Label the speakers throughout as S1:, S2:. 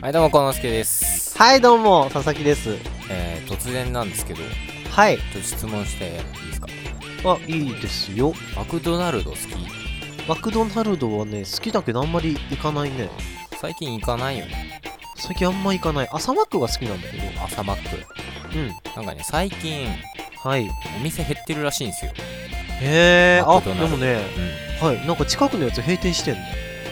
S1: はいどうもこのすけです、
S2: はい、どうも、佐々木です。
S1: えー、突然なんですけどちょ
S2: はい。
S1: っと質問していいですか
S2: あ、いいですよ。
S1: マクドナルド好き
S2: マクドナルドはね、好きだけどあんまり行かないね。
S1: 最近行かないよね
S2: 最近あんま行かない。朝マックが好きなんだけど。
S1: 朝マック
S2: うん。
S1: なんかね最近
S2: はい。へ
S1: お店減ってるらしいんですよ
S2: え。
S1: マ
S2: あ、
S1: クド
S2: で
S1: ナルド
S2: もね、
S1: うん
S2: はい。なんか近くのやつ閉店してんの。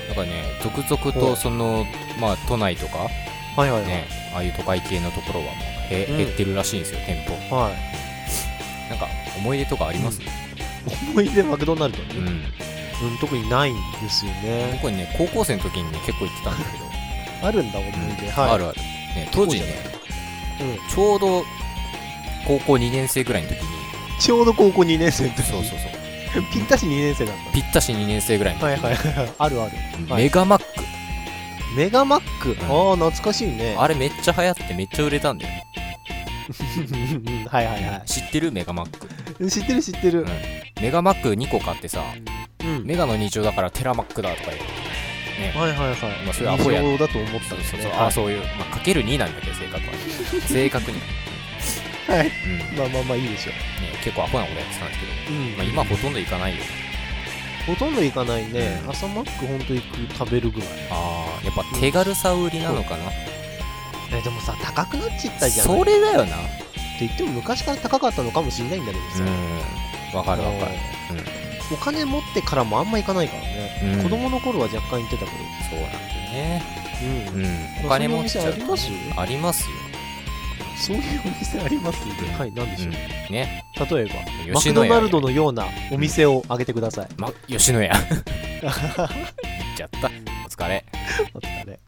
S1: なんかね続々とそのまあ都内とか
S2: はいはいはい。
S1: ねああいう都会系のところはもうへ
S2: うん
S1: 減ってるらしいんですよ店舗
S2: はい。
S1: なんか思い出とかあります
S2: 思い出マクドナルド
S1: う
S2: ね。
S1: ん
S2: うん、特にないんですよね。
S1: 僕ね高校生の時にね結構行ってたんだけど
S2: あるんだ、思い出。はい。
S1: あるあるね当時ね
S2: うん。
S1: ちょうど高校2年生ぐらいの時に
S2: ちょうど高校2年生の時。
S1: そう そうそう
S2: ぴったし2年生なん
S1: ぴったし2年生ぐらいの
S2: だ。
S1: 時
S2: はいはいはい。あるある。はい
S1: メガマック、
S2: メガマック。
S1: ん
S2: ああ、懐かしいね。
S1: あれめっちゃ流行ってめっちゃ売れたんだよね、
S2: うんうんうんはいはいは
S1: 知ってるメガマ ック
S2: い。知ってる知ってる。
S1: メガマック2個買ってさ
S2: うん。
S1: メガの2乗だからテラマックだとか言うね
S2: はいはいはい。
S1: まあそれアホや
S2: 異常だと思った
S1: そ
S2: ん
S1: う
S2: です
S1: そう
S2: ね。
S1: そう
S2: は
S1: あ
S2: い
S1: そういう、まあ、かける2なんだけど正確は 正確に、
S2: はい。
S1: うんね、
S2: まあまあまあいいでしょ
S1: 結構アホなことやってたんですけ
S2: う。うん
S1: ど、まあ、今ほとんど行かないよ
S2: ほとんど行かないね
S1: う。ん
S2: 朝マックほんと行く、食べるぐらい。
S1: ああやっぱ手軽さ売りなのかな、
S2: え、でもさ、高くなっちゃったじゃん。
S1: そ
S2: って
S1: れだよな
S2: 言っても昔から高かったのかもしれないんだけどさ。
S1: うんわかるわかる
S2: あのお金持ってからもあんま行かないからね。
S1: うん
S2: 子供の頃は若干行ってたけど。
S1: そうなんだよね
S2: うん。
S1: うんお金持っちゃうと
S2: そんなお店
S1: ありますよ
S2: そういうお店あります
S1: うん
S2: はい、なんでしょう。
S1: ね
S2: 例えば、マ
S1: 吉野
S2: クド
S1: 家
S2: ナルドのようなお店を挙げ てください。
S1: ま、吉野家行っちゃったお疲れ
S2: お疲れ。